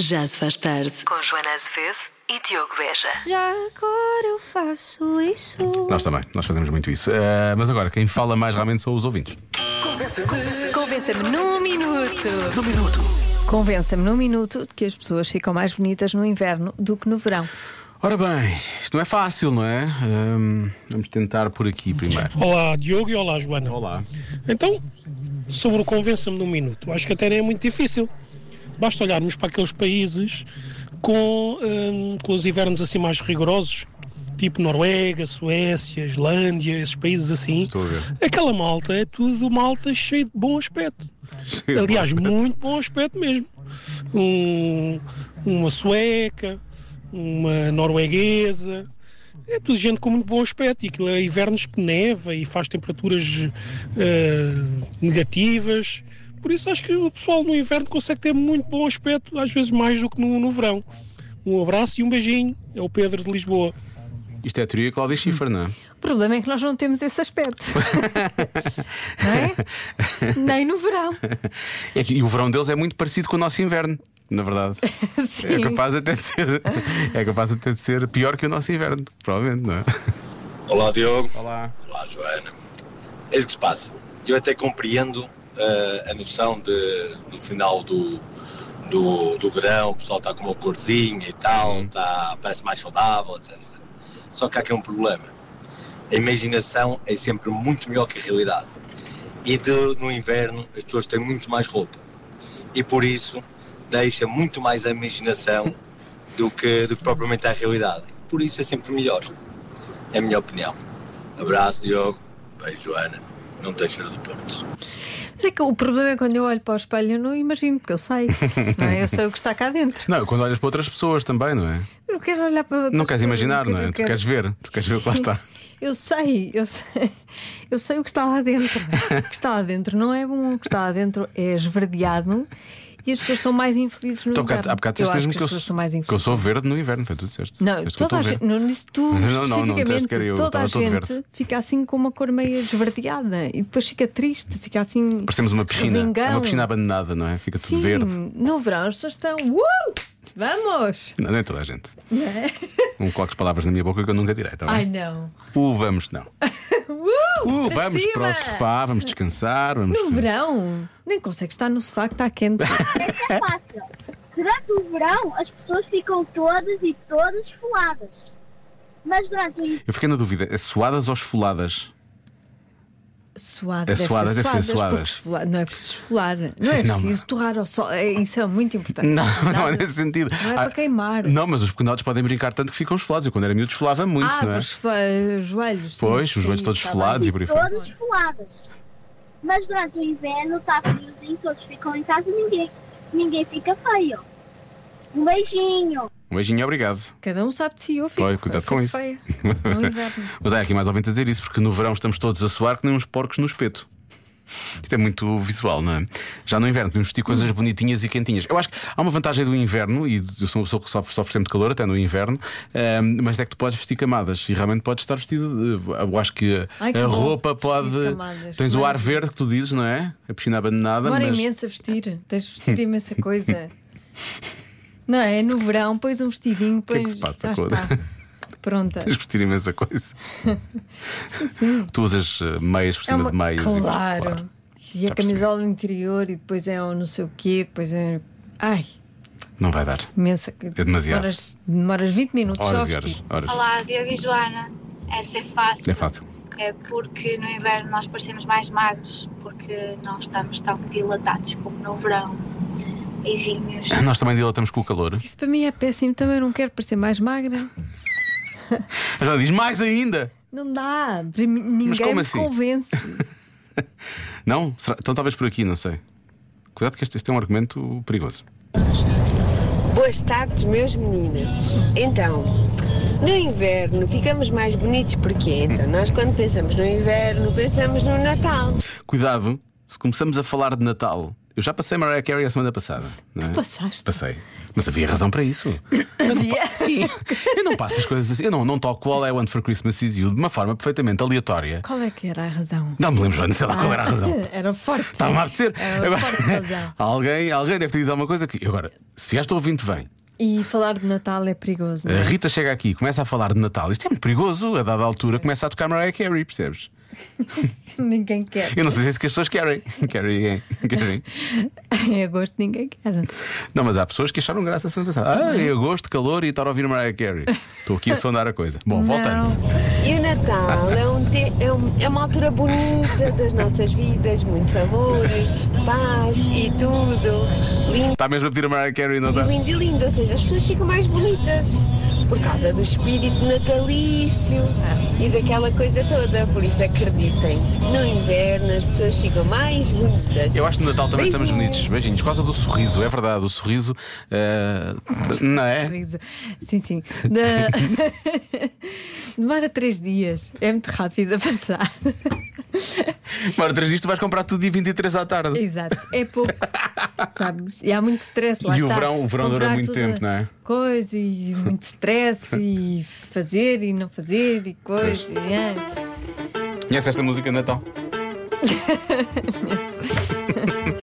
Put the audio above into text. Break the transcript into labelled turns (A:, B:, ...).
A: Já se faz tarde.
B: Com Joana Azevedo e Diogo Beja.
C: Já agora eu faço isso.
D: Nós também, nós fazemos muito isso. Eh, mas agora, quem fala mais realmente são os ouvintes.
A: Convença-me num minuto. Num minuto.
E: Convença-me num minuto de que as pessoas ficam mais bonitas no inverno do que no verão.
D: Ora bem, isto não é fácil, não é? Ahm, vamos tentar por aqui primeiro.
F: Olá, Diogo e olá, Joana.
D: Olá.
F: Então, sobre o Convença-me num minuto, acho que até nem é muito difícil. Basta olharmos para aqueles países com, hum, com os invernos assim mais rigorosos, tipo Noruega, Suécia, Islândia, esses países assim.
D: Estou a ver.
F: Aquela malta é tudo malta cheio de bom aspecto. Aliás, muito bom aspecto mesmo. Um- uma sueca, uma norueguesa. É tudo gente com muito bom aspecto. E aquilo é invernos que neva e faz temperaturas eh, negativas. Por isso acho que o pessoal no inverno consegue ter muito bom aspecto, às vezes mais do que no, no verão. Um abraço e um beijinho. É o Pedro de Lisboa.
D: Isto é a teoria Cláudia Schiffer, não é?
E: O problema é que nós não temos esse aspecto. não é? Nem no verão.
D: É que- E o verão deles é muito parecido com o nosso inverno, na verdade. É
E: Sim.
D: capaz até de ser, é capaz até de ser pior que o nosso inverno, provavelmente, não é?
G: Olá Diogo,
D: Olá.
G: olá Joana. É isso que se passa. Eu até compreendo eh, a noção de no final do, do, do verão o pessoal está com uma corzinha e tal, tá, parece mais saudável, etc, etc. Só que há aqui um problema. A imaginação é sempre muito melhor que a realidade. E de- no inverno as pessoas têm muito mais roupa. E por isso deixa muito mais a imaginação do que, do que propriamente a realidade. Por isso é sempre melhor. É a minha opinião. Abraço, Diogo. Beijo, Joana. Não deixa do Porto.
E: Mas é que o problema é que quando eu olho para o espelho, eu não imagino, porque eu sei. não é? Eu sei o que está cá dentro.
D: Não, quando olhas para outras pessoas também, não é?
E: Eu não quero olhar para.
D: Não queres imaginar, não é?
E: Eu
D: Tu queres ver, tu queres ver o que lá
E: Sim.
D: está.
E: Eu sei, eu sei, eu sei o que está lá dentro. O que está lá dentro não é bom, o que está lá dentro é esverdeado e as pessoas são mais infelizes no
D: Tu Então, há
E: inverno.
D: bocado, há bocado
E: eu
D: disseste
E: acho
D: mesmo
E: que as pessoas são mais
D: que eu
E: infelizes.
D: sou verde no inverno, foi tudo disseste.
E: Não,
D: És que eu
E: toda
D: estou
E: a
D: verde.
E: gente, não disse tu
D: Não, não, não, disseste
E: especificamente,
D: que era eu,
E: toda a
D: estava todo
E: gente
D: verde.
E: fica assim com uma cor meio esverdeada e depois fica triste, fica assim.
D: Parecemos uma piscina. É
E: resingão.
D: uma piscina abandonada, não é? Fica tudo
E: Sim,
D: verde.
E: no verão as pessoas estão. Uh! Vamos!
D: Não, nem toda a gente. Não coloques palavras na minha boca que eu nunca direi, tá bem?
E: é? Ai não!
D: Uh, vamos, não.
E: Uh!
D: Uh,
E: para
D: vamos
E: cima!
D: para o sofá, vamos descansar, vamos.
E: No verão, nem consegue estar no sofá que está quente.
H: é fácil. Durante o verão, as pessoas ficam todas e todas foladas. Mas durante o
D: Eu fiquei na dúvida, é suadas ou esfoladas?
E: Suada,
D: É
E: deve
D: suada,
E: ser
D: deve ser
E: suadas, porque
D: suadas.
E: esfolar- não é preciso esfolar, não é
D: Sim, não,
E: preciso torrar ao sol, é, isso é muito importante.
D: Não, não é
E: Nada-
D: nesse sentido.
E: Não é
D: Ah,
E: para queimar.
D: Não, mas os pequenotes podem brincar tanto que ficam esfolados. Eu quando era miúdo esfolava muito,
E: ah,
D: não é?
E: para os fe- joelhos. sim.
D: Pois, os
E: É
D: joelhos
E: isso,
D: todos
E: está
D: esfolados
E: bem.
D: e por aí fora.
H: todas foladas. Mas durante o inverno, tá friozinho, todos ficam em casa e ninguém, ninguém fica feio. Um beijinho.
D: Um beijinho, obrigado.
E: Cada um sabe de si, eu fico.
D: Pois, cuidado
E: eu fico
D: com isso.
E: feia No inverno.
D: Mas há aqui mais ouvinte a dizer isso, porque no verão estamos todos a suar que nem uns porcos no espeto. Isto é muito visual, não é? Já no inverno temos de vestir coisas bonitinhas e quentinhas. Eu acho que há uma vantagem do inverno, e eu sou uma pessoa que sofre, sofre sempre de calor, até no inverno, ehm, mas é que tu podes vestir camadas e realmente podes estar vestido. de- Eu acho que a-
E: Ai, que
D: a
E: bom,
D: roupa
E: vestir
D: pode.
E: camadas,
D: Tens o ar
E: maravilha.
D: verde que tu dizes, não é? A piscina abandonada.
E: Demora
D: mas...
E: imenso a vestir, tens de vestir imensa coisa. Não é? No verão, pões um vestidinho,
D: que é
E: pões.
D: que se passa,
E: já
D: Cláudia?
E: está. Pronta.
D: Tens de vestir imensa coisa.
E: Sim, sim.
D: Tu usas eh, meias por cima de meias. e-
E: É Claro. E
D: Já
E: a camisola interior, e depois é o não sei o quê, depois é. Ai,
D: Não vai dar.
E: imensa.
D: É demasiado.
E: Demoras, demoras 20 minutos só a
D: Horas e
E: vestir.
D: horas. horas.
I: Olá, Diogo e Joana. Essa é fácil.
D: É fácil.
I: É porque no inverno nós parecemos mais magros, porque não estamos tão dilatados como no verão. Beijinhos.
D: Nós também dilatamos com o calor.
E: Isso para mim é péssimo também, eu não quero parecer mais magra.
D: A Joana diz mais ainda.
E: Não dá, para mim, ninguém
D: como
E: me
D: assim?
E: convence.
D: Não? Será- Então talvez por aqui, não sei. Cuidado que este, este é um argumento perigoso.
J: Boas tardes, meus meninas. Então, no inverno ficamos mais bonitos porque então
D: Hum.
J: nós quando pensamos no inverno pensamos no Natal.
D: Cuidado, se começamos a falar de Natal Eu já passei Mariah Carey a semana passada. não é?
E: passaste?
D: Passei. Mas havia razão para isso.
E: Havia? Sim.
D: Eu não passo as coisas assim. Eu não, não toco All I Want for Christmas Is You de uma forma perfeitamente aleatória.
E: Qual é que era a razão?
D: Não me lembro, Joana, sei lá qual era a razão.
E: Era forte.
D: Estava-me a apetecer.
E: Era
D: Agora,
E: Ah, É, forte razão.
D: alguém, alguém deve ter dito alguma coisa que. Agora, se esta ouvinte vem,
E: E falar de Natal é perigoso, não
D: a
E: é?
D: Rita chega aqui e começa a falar de Natal, isto é muito perigoso. A dada altura começa a tocar Mariah Carey, percebes?
E: Isso ninguém quer.
D: Eu não sei se é isso que as pessoas querem. Querem, é, querem.
E: Em agosto ninguém quer.
D: Não, mas há pessoas que acharam graça a semana passada. Ah, em agosto, calor e estar a ouvir Mariah Carey. Estou aqui a sondar a coisa. Bom, voltando.
J: E o Natal é, um te- é um- é uma altura bonita das nossas vidas, muito amor, e paz e tudo. Lindo,
D: Está mesmo a pedir a Mariah Carey, não está?
J: lindo e lindo. Ou seja, as pessoas ficam mais bonitas por causa do espírito natalício
D: Ah.
J: e daquela coisa toda. Por isso, acreditem, no inverno as pessoas ficam mais bonitas.
D: Eu acho que no Natal também estamos
J: Beijinhos.
D: bonitos. Beijinhos, por causa do sorriso, é verdade, o sorriso. eh, não é?
E: Sorriso. Sim, sim. De- Demora três dias. É muito rápido a passar.
D: Mora, três dias tu vais comprar tudo dia 23 à tarde.
E: Exato. É pouco. Sabes? E há muito stress lá
D: E o
E: está.
D: verão- o verão dura
E: Comprar
D: muito
E: toda
D: tempo, não é?
E: Coisa e muito stress e fazer e não fazer e coisa. e, ah.
D: Conhece esta música de Natal?